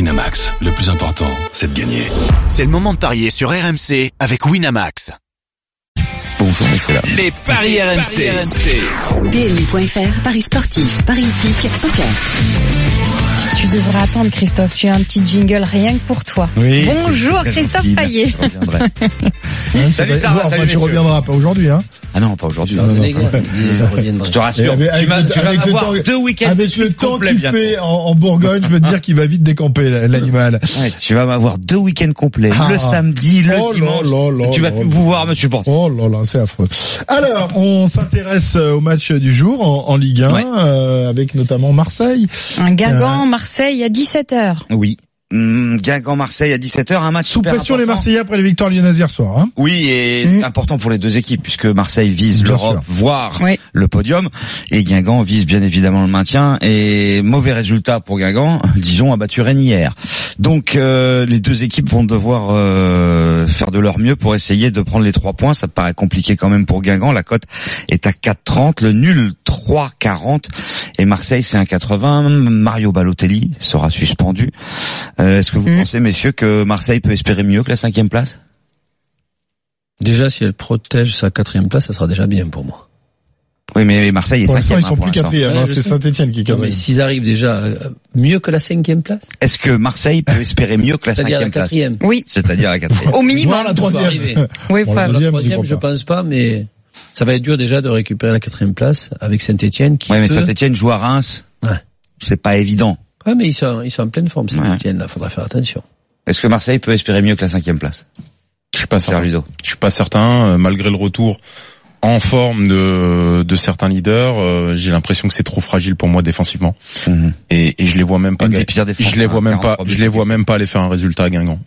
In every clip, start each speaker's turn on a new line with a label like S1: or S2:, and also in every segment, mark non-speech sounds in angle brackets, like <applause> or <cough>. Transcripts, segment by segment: S1: Winamax, le plus important, c'est de gagner.
S2: C'est le moment de parier sur RMC avec Winamax.
S3: Bonjour Nicolas.
S4: Les paris RMC.
S5: PMU.fr, Paris sportif, Paris hippique, poker.
S6: Tu devrais attendre, Christophe. Tu as un petit jingle rien que pour toi. Bonjour,
S3: Très
S6: Christophe
S3: gentil,
S6: Payet.
S3: merci, je reviendrai.
S7: Hein,
S4: Salut,
S7: c'est
S4: Sarah,
S7: vrai.
S4: salut,
S7: Bon, enfin, tu
S4: messieurs.
S7: reviendras pas aujourd'hui, hein.
S3: Ah non, pas aujourd'hui.
S7: Non, non, non.
S3: Je te rassure,
S7: Avec-
S3: tu vas,
S7: avec
S3: tu vas
S7: le
S3: avoir
S7: temps-
S3: deux week-ends
S7: Avec le temps
S3: complets
S7: qu'il
S3: bientôt.
S7: fait en, en Bourgogne, je veux te dire qu'il va vite décamper l- l'animal.
S3: Ouais, tu vas m'avoir deux week-ends complets.
S7: Ah.
S3: Le samedi, le
S7: Oh là
S3: dimanche.
S7: là là
S3: tu vas
S7: là
S3: plus
S7: là.
S3: pouvoir me supporter.
S7: Oh là là, c'est affreux. Alors, on s'intéresse euh, au match du jour en, en Ligue 1,
S3: Ouais.
S7: euh, avec notamment Marseille.
S6: Un Guingamp,
S3: Euh,
S6: Marseille, à 17h.
S3: Oui. Hum, Guingamp Marseille à 17h, un match
S7: Sous
S3: super
S7: pression les
S3: important.
S7: Marseillais après les victoires lyonnaises hier soir. Hein.
S3: Oui, et
S6: Mm.
S3: important pour les deux équipes puisque Marseille vise
S7: Bien
S3: l'Europe,
S7: sûr.
S3: voire
S6: Oui.
S3: le podium, et Guingamp vise bien évidemment le maintien. Et mauvais résultat pour Guingamp, <laughs> Dijon a battu Rennes hier. Donc euh, les deux équipes vont devoir euh, faire de leur mieux pour essayer de prendre les trois points. Ça paraît compliqué quand même pour Guingamp. La cote est à 4,30, le nul 3,40 et Marseille c'est un 80. Mario Balotelli sera suspendu. Euh, Est-ce que vous
S6: Mm.
S3: pensez, messieurs, que Marseille peut espérer mieux que la cinquième place
S8: Déjà, si elle protège sa quatrième place, ça sera déjà bien pour moi.
S3: Oui, mais Marseille est
S7: Pour l'instant,
S3: cinquième.
S7: ils
S3: hein,
S7: sont plus
S3: l'instant.
S7: quatrième. hein,
S8: Ouais, je
S7: c'est
S8: sais.
S7: Saint-Etienne qui est
S8: Non, mais
S7: quatrième.
S8: s'ils arrivent déjà euh, mieux que la cinquième place,
S3: Est-ce que Marseille peut espérer mieux que la
S8: c'est-à-dire la
S3: cinquième place
S8: quatrième.
S6: Oui,
S3: C'est-à-dire la Oh, quatrième.
S6: au minimum.
S7: Voire la
S8: On va arriver.
S7: troisième.
S6: Oui,
S7: Bon,
S6: pas.
S7: la
S8: La
S7: Deuxième,
S8: troisième,
S7: j'y
S8: je
S7: crois
S8: pense pas, mais ça va être dur déjà de récupérer la quatrième place avec Saint-Etienne qui
S3: Oui, mais
S8: peut-
S3: Saint-Etienne joue à Reims.
S8: Ouais.
S3: C'est pas évident.
S8: Ouais, mais ils sont, ils sont en pleine forme, Saint-Etienne, là. Faudra faire attention.
S3: Est-ce que Marseille peut espérer mieux que la cinquième place
S9: Je suis pas
S3: Cher
S9: certain.
S3: Ludo.
S9: Je suis pas certain. euh, Malgré le retour en forme de, de certains leaders, euh, j'ai l'impression que c'est trop fragile pour moi défensivement. Et, et je les vois même pas.
S3: Mhm. Une des
S9: gagner.
S3: pires défenses,
S9: Je les vois
S3: hein,
S9: même pas.
S3: 43
S9: Je les vois
S3: buts.
S9: même pas aller faire un résultat à Guingamp.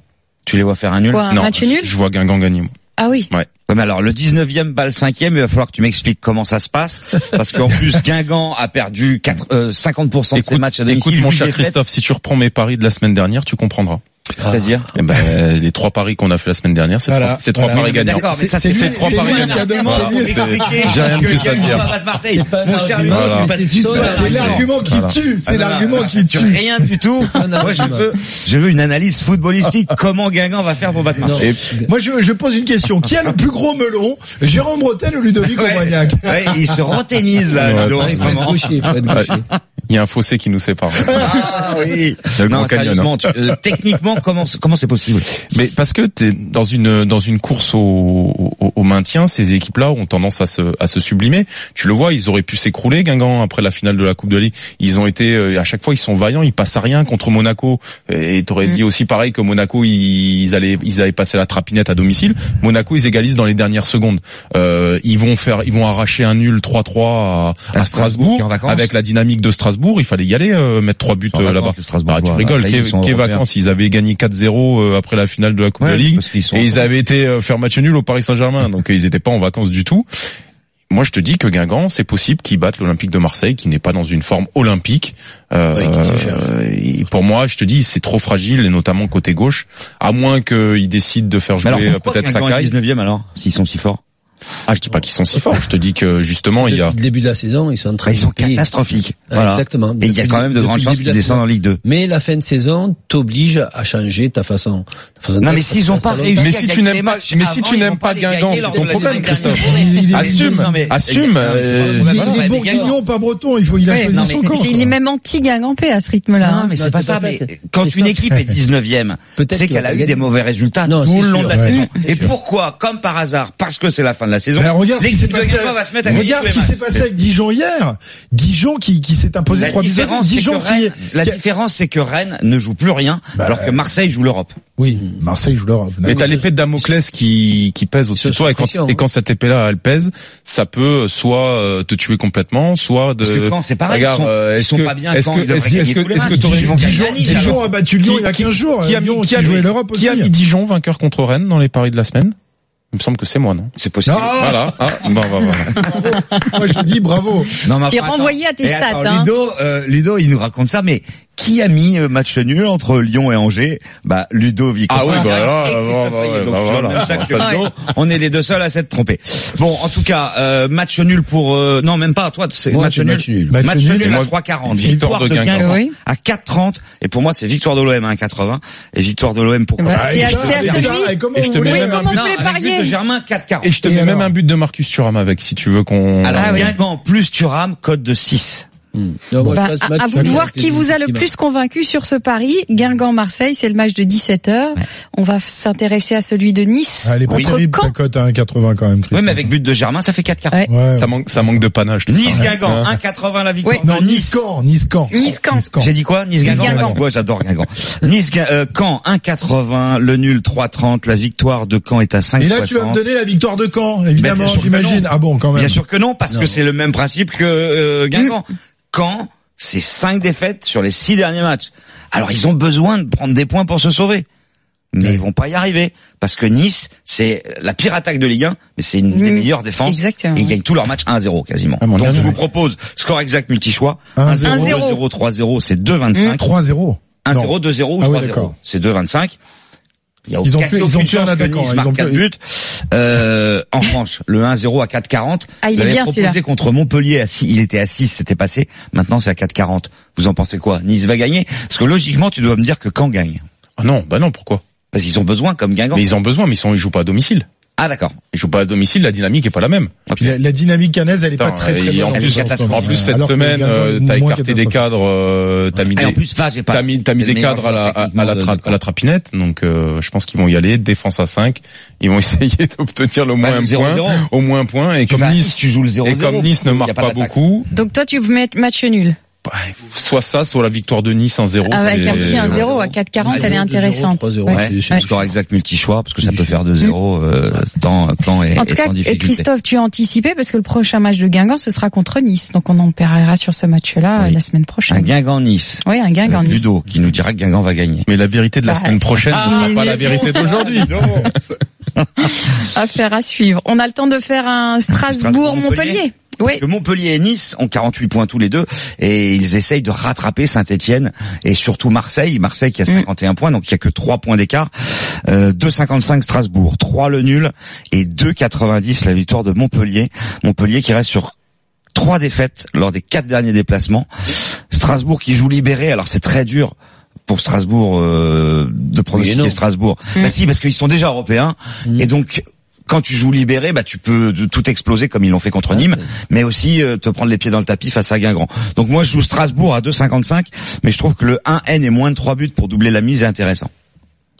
S3: Tu les vois faire un nul
S6: Quoi, un
S9: non,
S6: match nul
S9: je, je vois Guingamp gagner. moi.
S6: Ah oui.
S3: Ouais, mais alors le 19e bat le 5 il va falloir que tu m'expliques comment ça se passe parce
S9: <laughs>
S3: qu'en plus Guingamp a perdu quatre- euh, 50% de ses matchs à domicile.
S9: écoute, mon
S3: huit
S9: cher
S3: défaites.
S9: Christophe, si tu reprends mes paris de la semaine dernière, tu comprendras.
S3: c'est-à-dire
S9: Eh ben, euh, les trois paris qu'on a fait la semaine dernière, c'est
S7: Voilà,
S9: trois, c'est trois
S7: voilà.
S9: paris
S3: Mais
S9: gagnants.
S3: Eh, D'accord, mais ça
S7: C'est-
S3: c'est
S7: c'est
S3: c'est
S7: lui-
S3: trois
S7: c'est
S3: paris
S7: lui
S3: gagnants.
S7: qui a demandé,
S3: Voilà,
S7: c'est lui,
S3: pour
S9: c'est-
S3: expliquer
S9: j'ai rien
S3: que
S9: plus à
S3: Guingamp
S9: dire.
S3: va battre Marseille.
S8: pas un
S3: Mon cher Ludo,
S9: argument,
S3: c'est pas
S7: c'est-
S3: du tout un
S7: C'est
S3: argument.
S7: l'argument qui
S9: Voilà.
S7: tue. C'est
S3: Ah, non,
S7: l'argument
S3: non,
S7: qui tue.
S3: Rien du tout. Moi, je veux, je veux une analyse footballistique. Comment Guingamp va faire pour battre
S8: Non.
S3: Marseille
S7: Moi, je, je pose une question. Qui a le plus gros melon Jérôme Bretel ou Ludovic
S3: Ouais.
S7: Aubagnac
S3: Ouais, il se reténise là,
S9: Ouais,
S3: Ludo, en
S8: Ouais,
S3: ce
S8: Ah, il faut être
S3: moment.
S8: gaucher, il faut être
S9: Ouais.
S8: gaucher.
S9: Il y a un fossé qui nous sépare.
S3: Ah oui.
S9: Le
S3: Non,
S9: Grand Canyon,
S3: sérieusement, tu- euh, techniquement, comment comment c'est possible
S9: Mais parce que t'es dans une dans une course au, au, au maintien, ces équipes-là ont tendance à se à se sublimer. Tu le vois, ils auraient pu s'écrouler, Guingamp, après la finale de la Coupe de la Ligue. Ils ont été euh, à chaque fois, ils sont vaillants, ils passent à rien contre Monaco. Et t'aurais
S6: Mm.
S9: dit aussi pareil que Monaco, ils allaient ils avaient passé la trapinette à domicile. Monaco, ils égalisent dans les dernières secondes. Euh, ils vont faire, ils vont arracher un nul 3-3 à, à
S3: À Strasbourg, qui est en
S9: Strasbourg
S3: vacances.
S9: avec la dynamique de Strasbourg. Il fallait y aller, euh, mettre trois buts
S3: Ils sont en
S9: euh,
S3: vacances,
S9: là-bas.
S3: les Strasbourgeois.
S9: Bah, tu rigoles,
S3: Là, ils sont
S9: quelles
S3: européens.
S9: vacances Ils avaient gagné 4-0 euh, après la finale de la Coupe de
S3: Ouais,
S9: la Ligue.
S3: parce qu'ils sont-
S9: Et ils avaient été euh, faire match nul au Paris Saint-Germain, donc euh, ils n'étaient pas en vacances du tout. Moi, je te dis que Guingamp, c'est possible qu'ils battent l'Olympique de Marseille, qui n'est pas dans une forme olympique. Euh,
S8: Ouais, qui se cherche.
S9: euh, et pour moi, je te dis, c'est trop fragile, et notamment côté gauche, à moins qu'ils décident de faire
S3: Mais alors
S9: jouer euh,
S3: pourquoi
S9: peut-être
S3: Guingamp est
S9: Sakai.
S3: 19e alors s'ils sont si forts
S9: Ah, je dis pas qu'ils sont si forts. Je te dis que justement, il y a
S3: <laughs>
S8: Depuis le début de la saison, ils sont en train
S3: Ah, Ils sont
S8: de payer.
S3: catastrophiques.
S8: Ouais,
S3: Voilà.
S8: Exactement.
S3: Et il y a
S8: Depuis
S3: quand
S8: le-
S3: même de
S8: depuis
S3: grandes
S8: le
S3: chances
S8: début de
S3: qu'ils
S8: la
S3: descendent en Ligue 2.
S8: Mais la fin de saison t'oblige à changer ta façon. ta façon
S3: Non
S8: d'être,
S3: mais s'ils
S8: parce
S3: ont
S8: que ça
S3: pas
S8: longtemps.
S3: réussi
S9: Mais
S3: à
S9: si tu
S3: gagner
S9: n'aimes
S3: les
S9: pas-
S3: matchs
S9: mais si
S3: avant,
S9: tu
S3: ils
S9: n'aimes
S3: vont
S9: pas
S3: les
S9: Guingamp,
S3: gagner
S9: c'est
S3: lors
S9: ton
S3: de la
S9: problème,
S3: dernière
S9: Christophe.
S3: journée.
S7: Il est-
S9: Assume,
S3: Non, mais-
S9: assume.
S3: Non, mais c'est pas le
S9: euh,
S3: problème.
S7: Il
S3: Voilà.
S7: il
S3: Ouais,
S7: est
S3: mais
S7: bourguignon,
S3: Guingamp.
S7: pas breton, il faut il a
S6: Ouais,
S7: choisi
S6: non,
S7: son
S6: mais
S7: camp.
S6: c'est- il est même anti-guingampé à ce rythme-là.
S3: Non
S6: hein.
S3: mais c'est
S8: non,
S3: pas
S8: c'est
S3: ça.
S8: pas ça,
S3: Mais
S8: c'est-
S3: quand une
S8: Christophe.
S3: équipe est 19e,
S8: Peut-être
S3: c'est
S8: qu'il
S3: qu'elle
S8: va
S3: a eu
S8: gagner.
S3: des mauvais résultats
S8: Non,
S3: tout
S8: c'est
S3: le long
S8: sûr.
S3: de la
S7: Ouais.
S3: saison.
S7: Mmh,
S3: Et pourquoi, comme par hasard, parce que c'est la fin de la saison,
S7: Ben, regarde ce qui s'est
S3: l'équipe de
S7: passé.
S3: Guingamp va se mettre à gagner
S7: Regarde
S3: tous
S7: ce
S3: les
S7: qui s'est
S3: matchs.
S7: passé avec Dijon hier. Dijon qui, qui s'est imposé
S3: La
S7: 3 buts à zéro.
S3: différence, c'est que
S7: Dijon qui
S3: Rennes,
S7: est.
S3: la
S7: qui a-
S3: différence, c'est que Rennes ne joue plus rien,
S7: Bah,
S3: alors que Marseille joue l'Europe.
S7: Oui, Marseille joue l'Europe.
S3: Ah,
S9: Mais t'as l'épée de Damoclès qui, qui pèse au-dessus de
S8: Sur
S9: toi et quand,
S8: pression, hein.
S9: et quand cette épée-là elle pèse, ça peut soit euh, te tuer complètement, soit de.
S3: Parce que quand c'est pareil,
S9: Regarde,
S3: ils sont,
S9: euh,
S3: ils
S9: est-ce
S3: sont
S9: que-
S3: pas bien
S9: est-ce
S3: quand
S9: que-
S3: ils devraient
S9: est-ce que-
S3: gagner
S9: est-ce que-
S3: tous les
S9: est-ce que
S3: matchs.
S9: t'aurais-
S3: Ils vont gagner
S7: Dijon,
S3: à Nice, alors.
S7: Dijon a battu Lyon il y a
S9: qui-
S7: 15 jours.
S9: qui a mis-
S7: Lyon
S9: qui
S7: qui
S9: a
S7: jouait
S9: mis-
S7: l'Europe aussi.
S9: Qui a mis Dijon vainqueur contre Rennes dans les paris de la semaine Il me semble que c'est moi, non
S3: C'est possible.
S7: Ah
S9: Voilà. Ah, bon, voilà,
S7: <laughs>
S9: voilà.
S7: <laughs> Moi je dis bravo.
S3: Non, mais
S6: T'es
S3: enfin, attends.
S6: renvoyé à tes
S3: Et
S6: stats.
S3: attends,
S6: hein.
S3: Ludo, euh, Ludo, il nous raconte ça, mais Qui a mis euh, match nul entre Lyon et Angers Bah Ludo Victor.
S9: Ah oui, bah là,
S3: Et
S9: bah,
S3: Christophe
S9: bah,
S3: Payet.
S9: ouais,
S3: Donc,
S9: bah,
S3: sur le
S9: voilà.
S3: même sac que
S9: Ça,
S3: Ludo, on est les deux seuls à s'être trompés. Bon, en tout cas, euh, match nul pour euh, non même pas toi, c'est
S8: Moi,
S3: match
S8: c'est
S3: nul.
S8: match nul.
S3: Match,
S7: Match
S3: nul,
S9: nul. Et
S3: à
S9: moi,
S3: 3,40.
S9: victoire
S3: Victoire de
S9: de
S3: Guingamp
S6: Guingamp. Oui.
S3: à 4,30 et pour moi c'est victoire de l'OM à 1,80 et victoire de l'OM pour
S6: Eh ben,
S3: Guingamp.
S6: Ah, c'est à-
S7: Richard,
S6: c'est à
S7: Richard,
S6: celui-
S7: et comment
S9: Et je te
S7: vous
S9: mets
S7: voulez-
S9: même un
S6: comment
S9: but.
S6: vous voulez
S3: avec but
S6: parier
S3: de Germain 4,40.
S9: Et je te
S7: Et
S9: mets
S7: alors
S9: même un but de Marcus Thuram avec, si tu veux qu'on.
S3: Alors
S6: Ah oui.
S3: Guingamp plus Thuram code de 6.
S8: Non, moi, je
S6: Bah,
S8: passe match
S6: à, à vous
S8: nul
S6: de voir
S8: avec
S6: qui
S8: les
S6: vous a
S8: équipes
S6: le
S8: qui
S6: plus convaincu sur ce pari. Guingamp-Marseille, c'est le match de 17h.
S3: Ouais.
S6: On va s'intéresser à celui de Nice.
S7: Ah, Elle est pas
S6: contre
S7: terrible, ta
S6: Caen.
S7: cote à 1,80 quand même, Christophe.
S3: Oui, mais avec but de Germain, ça fait 4,40.
S6: Ouais.
S7: Ouais.
S9: Ça manque, ça manque de panache. tout
S3: Nice
S9: ça.
S3: Guingamp,
S9: Hein.
S3: 1,80 la victoire.
S6: Oui.
S3: de
S7: Non, Nice-Camp, Nice-Camp.
S6: Nice-Camp.
S3: J'ai dit quoi Nice Guingamp.
S6: Nice, Guingamp.
S3: Ouais, j'adore Guingamp. Nice Guin- euh, Caen 1,80, le nul 3,30, la victoire de Caen est à 5,60.
S7: Et là, tu vas me donner la victoire de Caen, évidemment,
S3: Mais bien sûr que
S7: j'imagine.
S3: non.
S7: Ah bon, quand même.
S3: Bien sûr que non, parce
S8: Non.
S3: que c'est le même principe que euh, Guingamp.
S6: Mm.
S3: Caen, c'est cinq défaites sur les six derniers matchs. Alors ils ont besoin de prendre des points pour se sauver. Mais ils vont pas y arriver parce que Nice, c'est la pire attaque de Ligue 1, mais c'est une des
S6: Mm.
S3: meilleures défenses.
S6: Exactement.
S3: Et ils gagnent tous leurs matchs 1-0 quasiment.
S9: Ah, mon
S3: Donc
S9: Dieu,
S3: je vous
S9: oui.
S3: propose score exact multi-choix
S7: 1-0.
S6: 1-0.
S3: 2-0, 3-0, c'est 2-25.
S9: Hum.
S7: 3-0.
S3: 1-0, 2-0 ou
S7: Ah oui,
S3: 3-0.
S7: d'accord.
S3: c'est 2-25. Il y a
S7: Ils ont
S3: quasi
S7: plus- ils ont
S3: aucune
S7: plus un
S3: chance que
S7: attaquant,
S3: Nice
S7: ils
S3: marque
S7: ont
S3: 4
S7: plus-
S3: buts. Euh, en France, le 1-0 à 4-40.
S6: Ah, il
S3: Vous
S6: est
S3: avez
S6: bien,
S3: proposé
S6: celui-là.
S3: contre Montpellier, à six- il était à 6, c'était passé. Maintenant, c'est à 4-40. Vous en pensez quoi Nice va gagner Parce que logiquement, tu dois me dire que Caen gagne.
S9: Ah non, bah non, pourquoi
S3: Parce qu'ils ont besoin, comme Guingamp.
S9: Mais ils ont besoin, mais ils, sont, ils jouent pas à domicile.
S3: Ah d'accord. Ah,
S9: Ils jouent pas à domicile, la dynamique est pas la même.
S7: Puis la, la dynamique canaise, elle est pas
S9: Attends,
S7: très
S9: et
S7: très bonne.
S9: en
S3: plus,
S7: ce moment.
S3: catastrophe.
S9: En plus, cette
S7: Alors que
S9: semaine,
S7: Guingamp,
S9: euh, t'as
S7: moins
S9: écarté des
S7: catastrophe.
S9: cadres, euh, t'as mis
S3: Ah, Et en
S9: des,
S3: plus, là, j'ai pas.
S9: t'as mis, t'as mis
S3: c'est le
S9: des
S3: meilleur
S9: cadres à la,
S3: joueur
S9: à, à la,
S3: techniquement
S9: tra-
S3: de-
S9: à la trapinette, donc euh, je pense qu'ils vont y aller, défense à 5, ils vont <laughs> essayer d'obtenir le moins
S3: Bah,
S9: un
S3: 0-0.
S9: point, au moins un point, et
S3: Tu
S9: comme
S3: vas à
S9: Nice,
S3: tu joues le 0-0.
S9: et comme Nice ne
S3: Il y a
S9: marque pas
S3: d'attaque.
S9: beaucoup,
S6: Donc toi, tu mets match nul.
S9: bah, soit ça, soit la victoire de Nice 1-0.
S6: Ah, Avec
S9: c'est-
S6: un petit 1-0 à 4,40,
S8: Ah,
S6: elle est
S8: 2-0,
S6: intéressante.
S8: 3-0,
S6: Ouais.
S3: Ouais, c'est
S6: Ouais.
S3: le score exact multi-choix, parce que ça peut faire 2-0, euh, tant, tant et,
S6: En tout
S3: et
S6: cas,
S3: tant difficulté.
S6: Christophe, tu as anticipé parce que le prochain match de Guingamp, ce sera contre Nice. Donc on en paiera sur ce match-là
S3: Oui.
S6: euh, la semaine
S3: Un
S6: prochaine.
S3: Guingamp-Nice.
S6: Oui, un Guingamp
S3: Avec
S6: Nice.
S3: Ludo, qui nous dira que Guingamp va gagner.
S9: Mais la vérité de la
S6: Bah,
S9: semaine prochaine, ce
S6: ah,
S9: sera pas
S6: mais
S9: la vérité
S3: <laughs>
S6: bon,
S9: d'aujourd'hui.
S6: Affaire à suivre. On a le temps de faire un Strasbourg-Montpellier. Oui.
S3: que Montpellier et Nice ont 48 points tous les deux et ils essayent de rattraper Saint-Etienne et surtout Marseille. Marseille qui a
S6: Mm.
S3: 51 points, donc il n'y a que 3 points d'écart. Euh, 2,55 Strasbourg, 3 le nul et 2,90 la victoire de Montpellier. Montpellier qui reste sur trois défaites lors des quatre derniers déplacements. Strasbourg qui joue libéré, alors c'est très dur pour Strasbourg euh, de pronostiquer
S8: non.
S3: Strasbourg.
S6: Mm.
S3: Bah si, parce qu'ils sont déjà européens
S8: Mm.
S3: et donc quand tu joues libéré, bah tu peux tout exploser comme ils l'ont fait contre Nîmes mais aussi euh, te prendre les pieds dans le tapis face à Guingamp. Donc moi je joue Strasbourg à 2,55, mais je trouve que le 1N et moins de 3 buts pour doubler la mise est intéressant.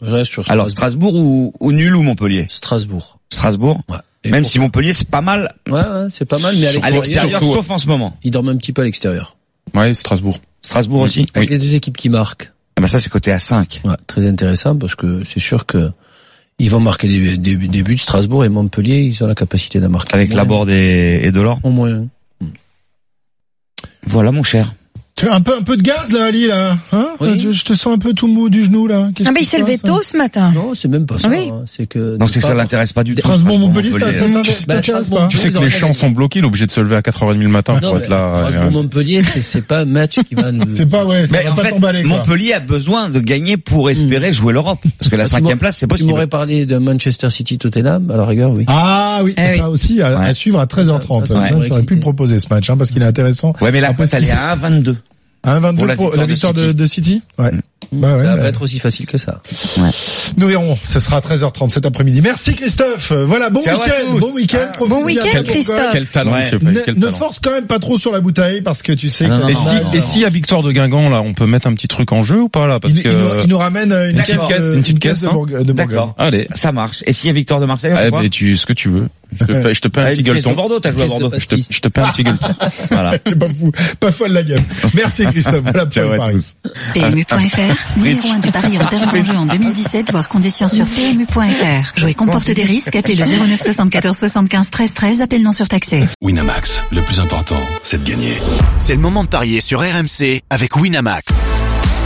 S8: Je reste sur
S3: Alors
S8: Strasbourg.
S3: Strasbourg ou, ou nul ou Montpellier
S8: Strasbourg.
S3: Strasbourg,
S8: Ouais. Et
S3: même
S8: pour-
S3: si Montpellier c'est pas mal
S8: Ouais, ouais, c'est pas mal, mais à
S3: à
S8: l'extérieur,
S3: l'extérieur,
S9: surtout, ouais.
S3: sauf en ce moment.
S8: ils dorment un petit peu à l'extérieur.
S9: Ouais, Strasbourg.
S3: Strasbourg aussi
S8: Avec les deux équipes qui marquent,
S3: Ah bah ça c'est côté à 5.
S8: ouais, très intéressant parce que c'est sûr que ils vont marquer des, des, des buts. Strasbourg et Montpellier, ils ont la capacité d'en marquer.
S3: Avec
S8: au moins-
S3: Laborde et, et Delors.
S8: Au moins.
S3: Voilà mon cher.
S7: Tu as un peu, un peu de gaz, là, Ali, là. Hein?
S8: Oui.
S7: Je, je te sens un peu tout mou du genou, là. Qu'est-ce
S6: Ah mais il
S7: qui se
S6: s'est levé
S7: passe, hein
S6: tôt ce matin.
S8: Non, c'est même pas ça.
S6: Oui.
S8: hein. C'est que.
S3: Non c'est que ça
S8: pas-
S3: l'intéresse pas du tout.
S7: Strasbourg-Montpellier, ça, ça
S3: Strasbourg-Montpellier.
S7: t'intéresse
S8: Bah,
S7: ça t'intéresse
S8: Strasbourg,
S7: pas?
S9: Tu sais
S8: ils
S9: que
S8: auraient
S9: les champs
S8: gagné. Ah
S9: sont bloqués, il est obligé de se lever à 4h30 le matin
S8: Non,
S9: pour
S8: mais
S9: être là.
S8: Strasbourg, Montpellier, c'est c'est pas un match qui
S7: <laughs>
S8: va nous.
S7: C'est pas, ouais, ça
S3: Mais
S7: va
S3: en
S7: pas
S3: fait,
S7: t'emballer, quoi.
S3: Montpellier a besoin de gagner pour espérer jouer l'Europe. Parce que la
S8: Ah, tu
S3: cinquième
S8: m'aurais-
S3: place, c'est
S8: Tu m'aurais
S3: possible.
S8: parlé de Manchester City Tottenham, à la rigueur, oui.
S7: Ah oui,
S6: Eh
S7: ça aussi à, à
S3: Ouais.
S7: suivre à 13h30.
S8: Ça, ça, ça
S7: Ça,
S8: pourrait
S7: J'aurais pu
S8: exciter.
S7: le proposer ce match hein, parce qu'il est intéressant.
S3: Ouais, mais la
S7: Après,
S3: place, elle
S7: si
S3: est à 1,22.
S7: À 1,22
S3: Pour
S7: pour
S3: la
S7: la victoire,
S3: victoire de Mm.
S7: de, de City. Ouais. Bah ouais,
S8: ça va
S7: bah.
S8: pas être aussi facile que ça.
S7: Nous verrons. Ce sera à 13h30 cet après-midi. Merci Christophe. Voilà, bon
S3: Ciao à
S7: week-end.
S3: tous.
S7: Bon week-end.
S3: Ah.
S7: Profitez
S6: Bon week-end,
S7: bien de ton
S6: Christophe.
S7: golf.
S9: Quel talent,
S3: Ouais.
S9: monsieur Payet, quel
S7: Ne, ne
S9: talent.
S7: force quand même pas trop sur la bouteille parce que tu sais
S3: Ah, non,
S7: que-
S9: Et
S3: non,
S9: si,
S3: non,
S9: et
S3: non.
S9: si à victoire de Guingamp, là, on peut mettre un petit truc en jeu ou pas, là, parce
S7: il, il nous,
S9: que.
S7: il nous ramène euh, une,
S3: D'accord.
S7: caisse,
S9: Une
S7: de-
S9: petite caisse,
S7: de,
S9: hein.
S7: Bourg- de Bourgogne.
S3: D'accord.
S9: Allez.
S3: Ça marche. Et s'il y a victoire de Marseille, on fait
S9: Ah,
S3: quoi
S9: ben, tu, ce que tu veux. Je te,
S7: Ouais.
S9: fais- je te paie un
S3: Ah,
S9: petit
S3: une pièce de
S9: gueuleton.
S3: Bordeaux, t'as joué à
S8: Pièce de
S3: Bordeaux.
S9: Je te,
S8: pastis.
S9: je te paie un petit gueuleton.
S3: Voilà.
S7: C'est <laughs> pas fou, pas folle la game. Merci Christophe. Voilà pour
S3: Ciao
S7: le
S3: à
S7: pari.
S5: PMU.fr, numéro 1 du pari en termes d'enjeux en 2017, voire conditions sur PMU.fr. Jouer comporte des risques, appelez le 09 74 75 13 13, appel non surtaxé.
S1: Winamax, le plus important, c'est de gagner.
S2: C'est le moment de parier sur RMC avec Winamax.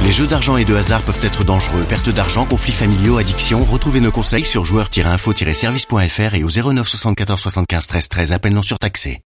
S2: Les jeux d'argent et de hasard peuvent être dangereux. Perte d'argent, conflits familiaux, addiction. Retrouvez nos conseils sur joueurs-info-service.fr et au 09 74 75 13 13. Appel non surtaxé.